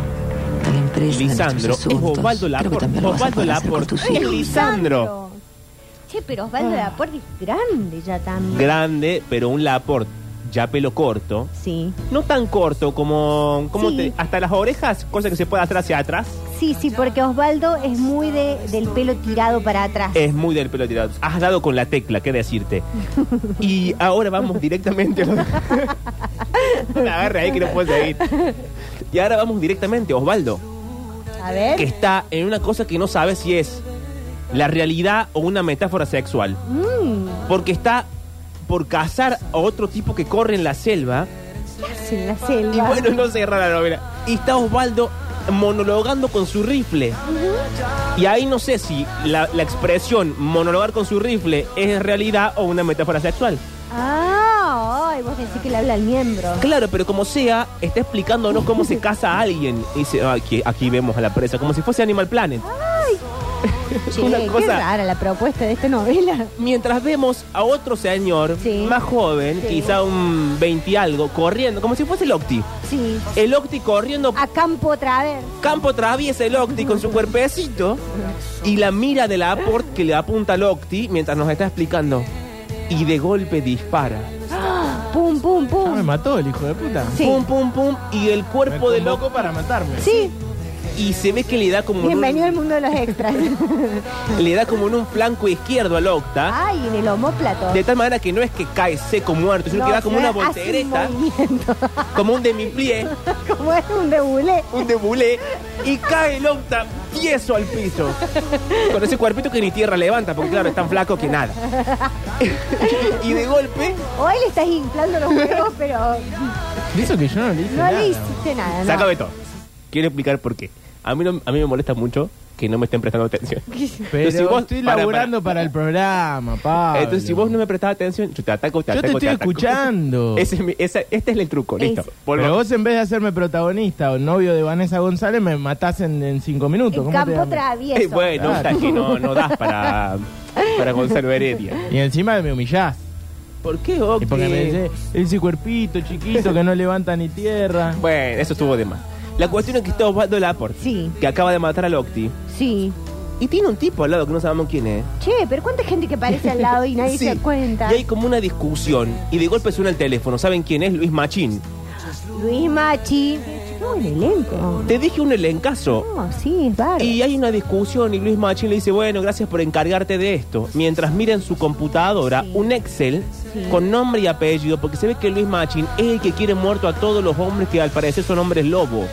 S8: de la empresa, de
S5: Lisandro,
S8: nuestros
S5: es
S8: asuntos,
S5: Osvaldo
S8: creo que
S5: Laporte.
S8: también lo vas a
S5: Osvaldo
S8: poder hacer con
S5: Laporte.
S8: tus
S5: Es
S8: hijos.
S5: Lisandro. Ah.
S2: Che, pero Osvaldo Laporte es grande ya también.
S5: Grande, pero un Laporte ya pelo corto.
S2: sí.
S5: No tan corto como, como
S2: Sí.
S5: te- hasta las orejas, cosa que se puede hacer hacia atrás.
S2: Sí, sí, porque Osvaldo es muy de, del pelo tirado para atrás.
S5: Es muy del pelo tirado. Has dado con la tecla, qué decirte. Y ahora vamos directamente. a lo- La agarra ahí que no puedo seguir. Y ahora vamos directamente, Osvaldo,
S2: a ver.
S5: que está en una cosa que no sabe si es la realidad o una metáfora sexual.
S2: Mm,
S5: Porque está por cazar a otro tipo que corre en la selva.
S2: ¿Qué hace en la
S5: Y
S2: selva?
S5: bueno, no cierra la novela. Y está Osvaldo monologando con su rifle. Y ahí no sé si la, la expresión monologar con su rifle es realidad o una metáfora sexual.
S2: Ah, ay, vos decís que le habla al miembro.
S5: Claro, pero como sea, está explicándonos cómo se casa a alguien. Y dice, "Ah, aquí, aquí vemos a la presa, como si fuese Animal Planet.
S2: Che,
S5: una
S2: qué
S5: cosa-
S2: rara la propuesta de esta novela.
S5: Mientras vemos a otro señor
S2: Sí.
S5: más joven,
S2: Sí.
S5: quizá un 20 y algo, corriendo, como si fuese el Octi.
S2: Sí.
S5: El Octi corriendo
S2: A campo otra vez.
S5: Campo traviesa el Octi con su cuerpecito y la mira de la Aport que le apunta al Octi mientras nos está explicando. Y de golpe dispara.
S2: Pum, pum,
S6: Ah, me
S2: pum.
S6: mató el hijo de puta.
S2: Sí.
S5: Pum, pum, pum. Y el
S6: Me
S5: cuerpo del
S6: convocó
S5: loco
S6: para matarme.
S2: Sí,
S5: y se ve que le da como en
S2: bienvenido al
S5: un,
S2: mundo de los extras.
S5: le da como en un flanco izquierdo al Octa.
S2: Ay, en el homóplato.
S5: De tal manera que no es que cae seco muerto,
S2: Ah.
S5: sino
S2: No,
S5: que da como
S2: se
S5: una
S2: hace un
S5: voltereta,
S2: movimiento.
S5: como un demi-plié,
S2: Como es un debulé.
S5: un debulé, y cae el Octa tieso al piso. Con ese cuerpito que ni tierra levanta, porque claro, es tan flaco que nada. y de golpe
S2: Hoy le estás inflando los huevos, pero
S6: Y eso que yo no le hice
S2: no
S6: nada.
S2: le hiciste nada. ¿no?
S5: Sácame todo. Quiero explicar por qué. A mí, no- a mí me molesta mucho que que no me estén prestando atención.
S6: Pero
S5: Entonces, si vos-
S6: estoy
S5: para,
S6: laburando para,
S5: para.
S6: el programa, pa.
S5: Entonces, si vos no me prestabas atención, yo te ataco, te
S6: Ah, Yo te
S5: ataco.
S6: estoy
S5: ataco.
S6: escuchando.
S5: Ese es mi- esa- este es el truco, listo.
S6: Pero
S5: Volvamos.
S6: vos en vez de hacerme protagonista o novio de Vanessa González, me matás en, en cinco minutos.
S2: En
S6: ¿Cómo te
S2: campo
S6: llamas?
S2: travieso.
S5: Eh, bueno,
S6: Claro.
S5: hasta que no, no das para, para Gonzalo Heredia.
S6: Y encima me humillás.
S5: ¿Por qué, Octi?
S6: Y porque me dice, ese cuerpito chiquito que no levanta ni tierra.
S5: Bueno, eso estuvo de más. La cuestión es que está Osvaldo Laporte,
S2: Sí.
S5: que acaba de matar al Octi.
S2: Sí.
S5: Y tiene un tipo al lado que no sabemos quién es.
S2: Che, pero ¿cuánta gente que aparece al lado y nadie
S5: Sí.
S2: se da cuenta?
S5: Y hay como una discusión. Y de golpe suena el teléfono. ¿Saben quién es? Luis Machín.
S2: Luis Machi. Qué buen elenco.
S5: Te dije un elencazo.
S2: No, sí, es bárbaro.
S5: Y hay una discusión y Luis Machín le dice, bueno, gracias por encargarte de esto. Mientras mira en su computadora un Excel con nombre y apellido, porque se ve que Luis Machín es el que quiere muerto a todos los hombres que al parecer son hombres lobo.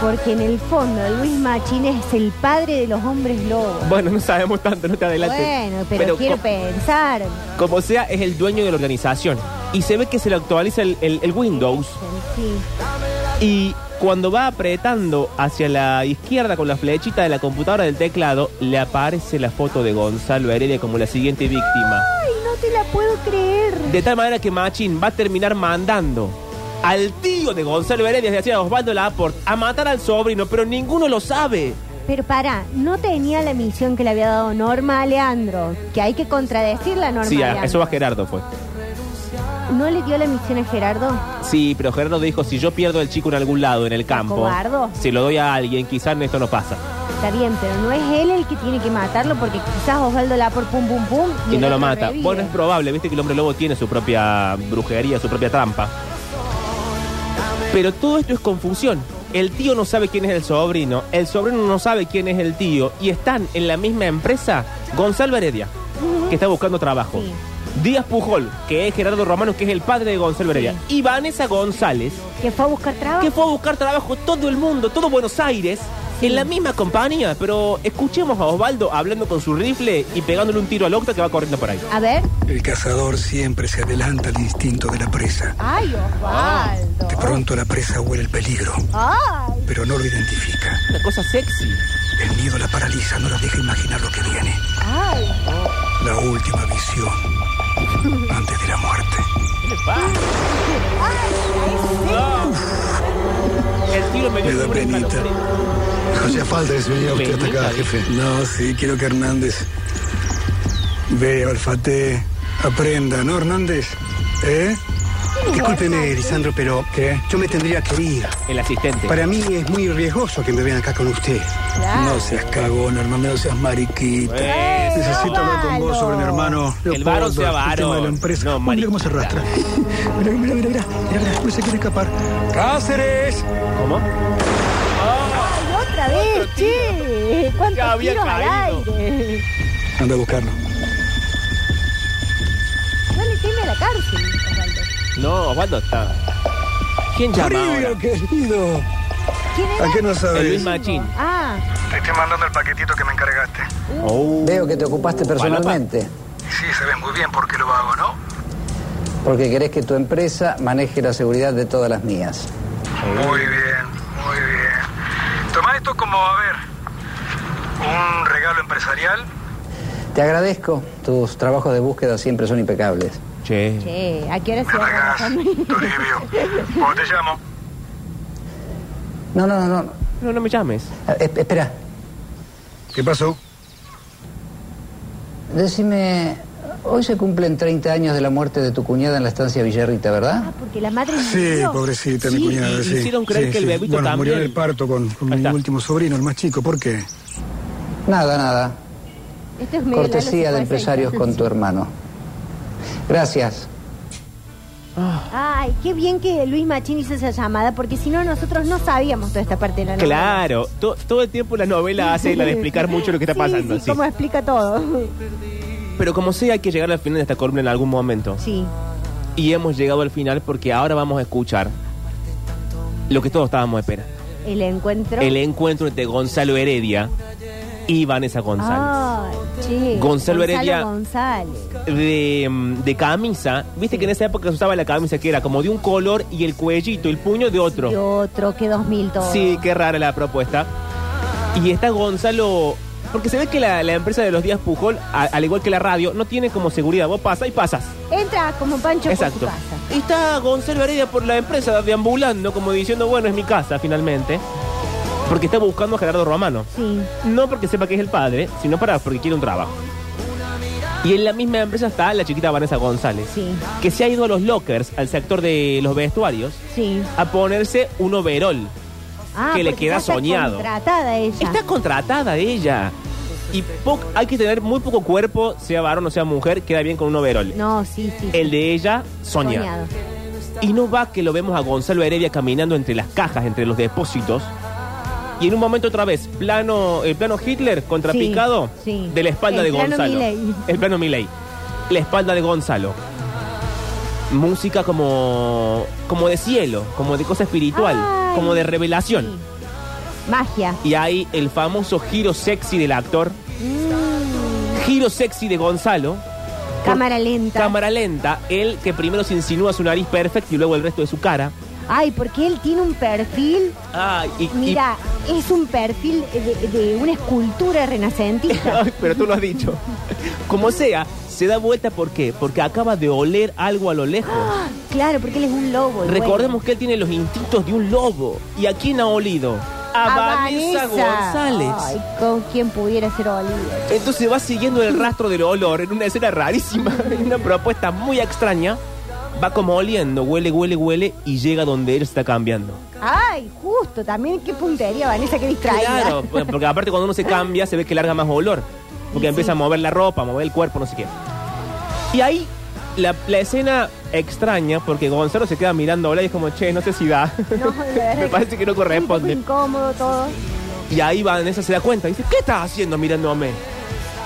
S2: Porque en el fondo Luis Machín es el padre de los hombres lobos.
S5: Bueno, no sabemos tanto, no te adelantes.
S2: Bueno, pero, quiero
S5: co-
S2: pensar.
S5: como sea, es el dueño de la organización. Y se ve que se le actualiza el, el- el Windows.
S2: Sí.
S5: Y cuando va apretando hacia la izquierda con la flechita de la computadora del teclado, le aparece la foto de Gonzalo Heredia como la siguiente víctima.
S2: Ay, no te la puedo creer.
S5: De tal manera que Machín va a terminar mandando al tío de Gonzalo Heredia, es decir, a Osvaldo Laporte, a matar al sobrino, pero ninguno lo sabe.
S2: Pero pará, no tenía la misión que le había dado Norma a Leandro, que hay que contradecir la Norma
S5: Sí,
S2: a
S5: a-
S2: Leandro.
S5: eso va Gerardo fue.
S2: ¿No le dio la misión a Gerardo?
S5: Sí, pero Gerardo dijo, si yo pierdo el chico en algún lado, en el campo,
S2: cobardo?
S5: se lo doy a alguien, quizás esto no pasa.
S2: Está bien, pero no es él el que tiene que matarlo porque quizás Osvaldo la por pum pum pum
S5: Y
S2: el
S5: no lo
S2: otro
S5: mata.
S2: revive.
S5: Bueno, es probable, viste que el hombre lobo tiene su propia brujería, su propia trampa. Pero todo esto es confusión. El tío no sabe quién es el sobrino, el sobrino no sabe quién es el tío, y están en la misma empresa Gonzalo Heredia, que está buscando trabajo.
S2: Sí.
S5: Díaz Pujol, que es Gerardo Romano, que es el padre de Gonzalo Heredia. Y Vanessa González,
S2: que fue a buscar trabajo.
S5: que fue a buscar trabajo todo el mundo, todo Buenos Aires, en la misma compañía. Pero escuchemos a Osvaldo hablando con su rifle y pegándole un tiro al octa que va corriendo por ahí.
S2: A ver.
S12: El cazador siempre se adelanta al instinto de la presa.
S2: Ay,
S5: Ah.
S2: Osvaldo.
S12: De pronto la presa huele el peligro,
S2: Ay.
S12: pero no lo identifica.
S5: Una cosa sexy.
S12: El miedo la paraliza, no la deja imaginar lo que viene.
S2: Ay.
S12: La última visión antes de la muerte.
S5: Ah, El tiro me
S12: Me
S5: dio
S12: da
S5: un
S12: penita. José Faldes, venía usted hasta acá,
S5: Penita,
S12: jefe. No, sí, quiero que Hernández vea, olfatee, aprenda, ¿no, Hernández? ¿Eh?
S2: Discúlpeme,
S12: Lisandro, pero yo me tendría que ir.
S5: El asistente.
S12: Para mí es muy riesgoso que me vean acá con usted. No seas cagón, hermano, no seas mariquita.
S5: Eh,
S12: Necesito hablar con vos sobre mi hermano.
S5: El varón sea
S12: Leopoldo, el tema
S5: varón.
S12: de la empresa.
S5: No,
S12: Oh, mira cómo se
S5: mariquita.
S12: arrastra. mira, mira, mira, mira, mira, mira, no se quiere escapar. ¡Cáceres!
S5: ¿Cómo?
S2: Ay, otra vez, che.
S5: Ya
S2: ¿Cuántos
S5: había
S2: tiros al
S5: caído.
S2: aire?
S12: Anda a buscarlo.
S2: No le teme a la cárcel, Osvaldo.
S5: No, Osvaldo está. ¿Quién llama ahora?
S12: Río, querido.
S2: ¿Quién era?
S12: ¿A qué no
S5: El Luis
S12: sabes?
S5: Machín.
S2: Ah,
S12: Te estoy mandando el paquetito que me encargaste.
S5: Oh.
S3: Veo que te ocupaste personalmente,
S12: Sí, sabes muy bien por qué lo hago, ¿no?
S3: porque querés que tu empresa maneje la seguridad de todas las mías.
S12: Muy bien, muy bien. Toma esto como, a ver, un regalo empresarial.
S3: Te agradezco, tus trabajos de búsqueda siempre son impecables.
S5: Che.
S2: che, ¿a qué hora
S12: Me
S2: se va a
S12: regás,
S2: trabajar?
S12: Toribio. ¿Cómo te llamo?
S3: No, no, no, no.
S5: No, no me llames.
S3: Eh, espera,
S12: ¿Qué pasó?
S3: decime, hoy se cumplen 30 años de la muerte de tu cuñada en la estancia Villarrita, ¿verdad?
S2: Ah, porque la madre
S12: Sí,
S2: murió.
S12: pobrecita,
S5: Sí,
S12: mi cuñada.
S5: y
S12: sí,
S5: hicieron creer
S12: sí,
S5: que el
S12: sí.
S5: bebito
S12: bueno, murió en
S5: también.
S12: el parto con, con
S5: Ahí
S12: mi
S5: está.
S12: último sobrino, el más chico. ¿Por qué?
S3: Nada, nada.
S2: Esto es medio Lalo
S3: Cortesía de empresarios
S2: Cifuentes.
S3: con tu hermano. Gracias.
S2: Ay, qué bien que Luis Machín hizo esa llamada, porque si no nosotros no sabíamos toda esta parte de la novela.
S5: Claro. To- todo el tiempo la novela hace la de explicar mucho lo que está
S2: Sí,
S5: pasando.
S2: Sí,
S5: sí.
S2: cómo explica todo.
S5: Pero como sea, hay que llegar al final de esta columna en algún momento.
S2: Sí.
S5: Y hemos llegado al final porque ahora vamos a escuchar lo que todos estábamos esperando.
S2: El encuentro.
S5: El encuentro entre Gonzalo Heredia y Vanessa González.
S2: Ay, che.
S5: Gonzalo Heredia.
S2: González.
S5: de, mm, de camisa. Viste que en esa época se usaba la camisa que era como de un color y el cuellito, el puño de otro.
S2: Y otro que 2000 todo.
S5: Sí, qué rara la propuesta. Y está Gonzalo Porque se ve que la, la empresa de los días Pujol, a- al igual que la radio, no tiene como seguridad. Vos pasas y pasas.
S2: Entra como Pancho
S5: Exacto.
S2: por su casa.
S5: Y está Gonzalo Heredia por la empresa deambulando, como diciendo, bueno, es mi casa finalmente. Porque está buscando a Gerardo Romano.
S2: Sí.
S5: No porque sepa que es el padre, sino para porque quiere un trabajo. Y en la misma empresa está la chiquita Vanessa González, que se ha ido a los lockers, al sector de los vestuarios,
S2: Sí.
S5: a ponerse un overol.
S2: Ah,
S5: Que le
S2: porque
S5: queda
S2: ya está
S5: soñado.
S2: Contratada ella.
S5: Está contratada ella. Y po- hay que tener muy poco cuerpo, sea varón o sea mujer, queda bien con un overol.
S2: No, sí, sí.
S5: El de ella, Sonia.
S2: Soñado.
S5: Y no va que lo vemos a Gonzalo Heredia caminando entre las cajas, entre los depósitos. Y en un momento otra vez, plano, el plano Hitler contrapicado
S2: Sí, sí.
S5: de la espalda
S2: El
S5: de
S2: plano
S5: Gonzalo.
S2: Milei.
S5: El plano Milei. La espalda de Gonzalo. Música como, como de cielo, como de cosa espiritual,
S2: Ay,
S5: como de revelación.
S2: Magia.
S5: Y hay el famoso giro sexy del actor, giro sexy de Gonzalo,
S2: Mm. Cámara lenta.
S5: cámara lenta, el que primero se insinúa su nariz perfecta y luego el resto de su cara.
S2: Ay, porque él tiene un perfil.
S5: Ah, y, y-
S2: Mira, es un perfil de, de una escultura renacentista.
S5: Ay, pero tú lo has dicho. Como sea, se da vuelta ¿por qué? Porque acaba de oler algo a lo lejos.
S2: claro, porque él es un lobo. y
S5: Recordemos que él tiene los instintos de un lobo. ¿Y a quién ha olido?
S2: bueno.
S5: A, Vanessa, González.
S2: Ay, con quien pudiera ser Oliver.
S5: Entonces va siguiendo el rastro del olor en una escena rarísima, en una propuesta muy extraña. Va como oliendo, huele, huele, huele y llega donde él está cambiando.
S2: Ay, justo, también qué puntería, Vanessa, qué distraída.
S5: Claro, por- porque aparte cuando uno se cambia se ve que larga más olor. Porque empieza a mover la ropa, a mover el cuerpo, no sé qué. Y ahí la, la escena extraña, porque Gonzalo se queda mirando ahora y es como, che, no sé si da.
S2: No, de verdad
S5: Me
S2: que
S5: parece que no corresponde.
S2: incómodo todo.
S5: Y ahí Vanessa se da cuenta y dice, ¿qué estás haciendo mirándome?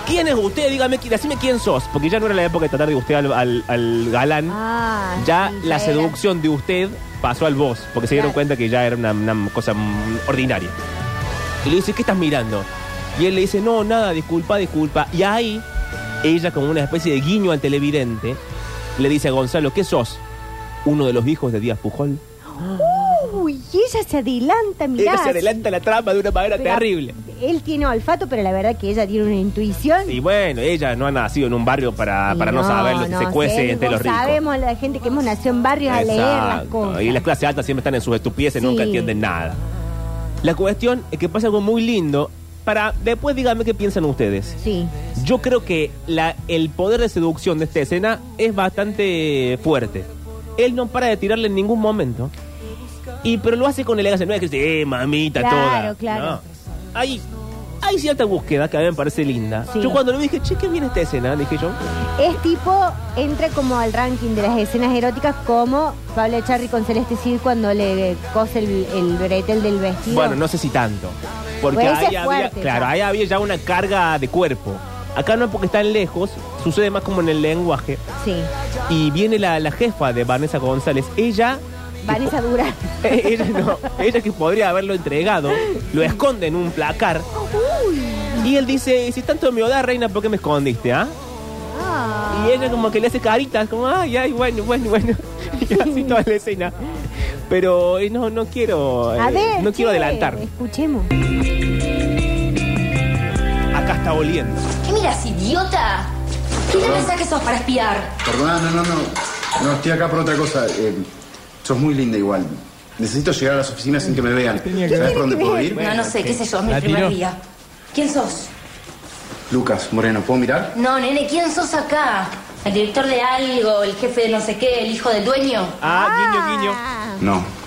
S5: ¿Quién es usted? Dígame, qui- decime quién sos. Porque ya no era la época de tratar de usted al, al- al galán.
S2: Ah,
S5: ya
S2: sí,
S5: la
S2: ya era.
S5: seducción de usted pasó al vos, porque se dieron cuenta que ya era una, una cosa mm, ordinaria. Y le dice, ¿qué estás mirando? Y él le dice, no, nada, disculpa, disculpa. Y ahí, ella como una especie de guiño al televidente, le dice a Gonzalo, ¿qué sos? Uno de los hijos de Díaz Pujol.
S2: Uy, y ella se adelanta, mirá.
S5: Ella se adelanta la trama de una manera
S2: Pero-
S5: terrible.
S2: Él tiene olfato, pero la verdad que ella tiene una intuición.
S5: Y bueno, ella no ha nacido en un barrio para, para no, saber lo que se cuece
S2: sé,
S5: entre
S2: vos
S5: los ricos.
S2: Sabemos la gente que hemos nacido en barrios a leer las
S5: Exacto.
S2: cosas.
S5: Y las clases altas siempre están en sus estupideces,
S2: Sí.
S5: nunca entienden nada. La cuestión es que pasa algo muy lindo. Para después díganme qué piensan ustedes.
S2: Sí.
S5: Yo creo que la- el poder de seducción de esta escena es bastante fuerte. Él no para de tirarle en ningún momento. Y pero lo hace con elegancia, no es que dice, eh, mamita,
S2: Claro,
S5: toda.
S2: claro.
S5: No. Hay, hay cierta búsqueda que a mí me parece linda.
S2: Sí.
S5: Yo cuando lo vi dije, che, qué bien esta escena, dije yo.
S2: Es tipo, entra como al ranking de las escenas eróticas como Pablo Echarri con Celeste Cid cuando le eh, cose el, el bretel del vestido.
S5: Bueno, no sé si tanto. Porque
S2: Pues ese es
S5: ahí había,
S2: fuerte,
S5: claro,
S2: ya.
S5: ahí había ya una carga de cuerpo. Acá no porque están lejos, sucede más como en el lenguaje.
S2: Sí.
S5: Y viene la, la jefa de Vanessa González. Ella,
S2: Vanessa Durán.
S5: eh, ella no, ella que podría haberlo entregado, lo esconde en un placar. Y él dice, si tanto me da reina, ¿por qué me escondiste, ah? Y ella como que le hace caritas, como, ay, ay, bueno, bueno, bueno. Y así toda la escena. Pero eh, no, no quiero, eh,
S2: A ver.
S5: no quiero
S2: che,
S5: adelantar.
S2: Escuchemos.
S5: Acá está oliendo.
S10: ¿Qué miras, idiota? ¿Quién te pensás que sos para espiar?
S9: Perdona, no, no, no. No, estoy acá por otra cosa. Eh, sos muy linda igual. Necesito llegar a las oficinas sin que me vean.
S10: ¿Qué
S9: ¿Sabes por dónde puedo ir?
S10: No, no sé, qué sé yo, es mi primer día. ¿Quién sos?
S9: Lucas Moreno, ¿puedo mirar?
S10: No, nene, ¿quién sos acá? ¿El director de algo, el jefe de no sé qué, el hijo del dueño?
S5: Ah, guiño, guiño.
S9: No.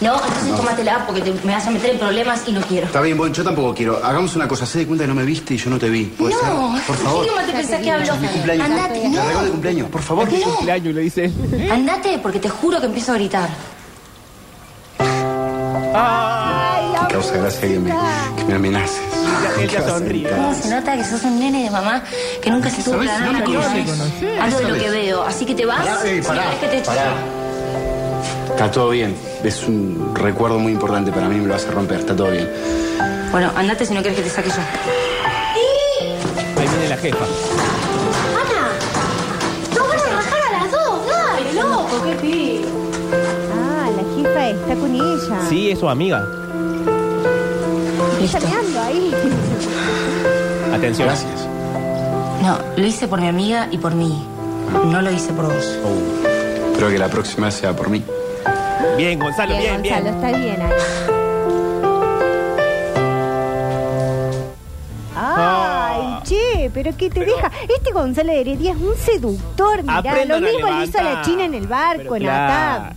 S10: No, entonces
S9: No.
S10: tómatela porque te- me vas a meter en problemas y no quiero.
S9: Está bien, bueno, yo tampoco quiero. Hagamos una cosa, sé de cuenta que no me viste y yo no te vi. ¿Puede ser?
S10: No,
S9: Por favor.
S10: ¿qué idioma te pensás que hablo?
S9: Es mi cumpleaños.
S10: Andate,
S9: Te
S10: no.
S9: regalo de cumpleaños, por favor.
S10: ¿Por qué no?
S5: Cumpleaños, le dice.
S10: Andate porque te juro que empiezo a gritar.
S9: Te causa gracia que me, que me amenaces.
S5: Él ya
S9: sonríe.
S10: ¿Cómo se nota que sos un nene de mamá que nunca se tuvo que
S9: ¿Sabes?
S10: ganar
S9: No me
S10: la vida?
S9: conoces.
S10: Hablo de lo
S9: ¿Sabes?
S10: que veo, así que te vas.
S9: Pará, eh,
S10: si
S9: pará,
S10: querés que te eche.
S9: pará. Está todo bien. Es un recuerdo muy importante para mí, me lo vas a romper. Está todo bien.
S10: Bueno, andate si no quieres que te saque yo.
S5: Ahí viene la jefa.
S4: Ana, no van a trabajar a las dos, dale, loco, qué pi.
S2: Ah, la jefa está con ella.
S5: Sí, es su amiga.
S2: Está mirando ahí.
S5: Atención.
S9: Gracias.
S10: No, lo hice por mi amiga y por mí. No lo hice por vos.
S9: Espero que la próxima sea por mí.
S5: Bien, Gonzalo, bien, bien.
S2: Gonzalo, está bien ahí.
S5: Ah.
S2: Ay, che, pero ¿qué te deja? Este Gonzalo de Heredia es un seductor, mirá.
S5: Aprendan
S2: Lo
S5: a
S2: mismo le hizo a la
S5: levantar.
S2: China en el barco, en
S5: Claro.
S2: Atap.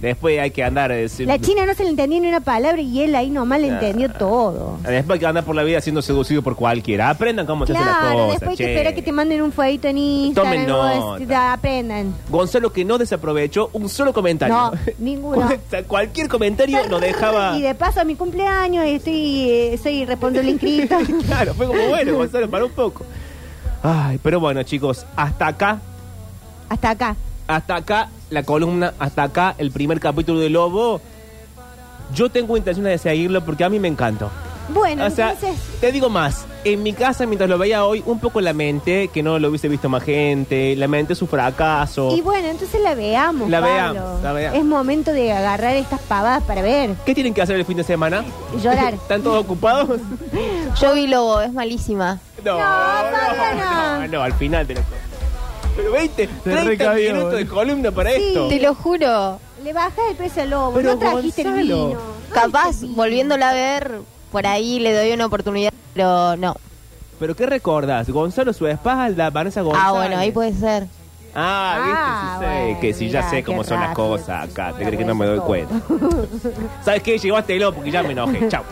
S5: Después hay que andar. eh, si-
S2: La China no se le entendía ni una palabra y él ahí nomás le entendió todo.
S5: Después hay que andar por la vida siendo seducido por cualquiera. Aprendan cómo se hace la
S2: Claro,
S5: cosa.
S2: después hay que
S5: che.
S2: esperar que te manden un fueguito en Instagram.
S5: Tomen
S2: vos,
S5: nota.
S2: da- aprendan.
S5: Gonzalo que no desaprovechó un solo comentario.
S2: No, ninguno.
S5: Cualquier comentario lo dejaba.
S2: Y de paso a mi cumpleaños estoy, eh, soy responsable inscrito.
S5: Claro, fue como bueno, Gonzalo, para un poco. Ay, pero bueno, chicos, hasta acá,
S2: Hasta acá.
S5: hasta acá la columna, hasta acá el primer capítulo de Lobo. Yo tengo intenciones de seguirlo porque a mí me encantó.
S2: Bueno,
S5: O sea,
S2: entonces,
S5: te digo más. En mi casa, mientras lo veía hoy, un poco lamenté que no lo hubiese visto más gente, lamenté su fracaso.
S2: y bueno, entonces la veamos.
S5: La
S2: Pablo.
S5: veamos, la veamos.
S2: Es momento de agarrar estas pavadas para ver.
S5: ¿Qué tienen que hacer el fin de semana?
S2: Llorar.
S5: ¿Están todos ocupados?
S13: Yo vi Lobo, es malísima.
S5: No, no, no, al final de la cosa. Pero 20, 30
S6: recabió,
S5: minutos de columna para
S13: Sí,
S5: esto.
S13: te lo juro.
S2: Le bajas el precio al lobo,
S13: Pero,
S2: no trajiste el
S13: Gonzalo.
S2: vino.
S13: Capaz, volviéndola a ver, por ahí le doy una oportunidad, pero no.
S5: ¿Pero qué recordás? Gonzalo su espalda, Vanessa González.
S13: Ah, bueno, ahí puede ser.
S5: Ah, viste, sí sé, que si ya sé cómo son las este cosas acá. ¿Te crees que no me doy cuenta? ¿Sabes qué? Llegó hasta el lobo porque ya me enojé. Chao.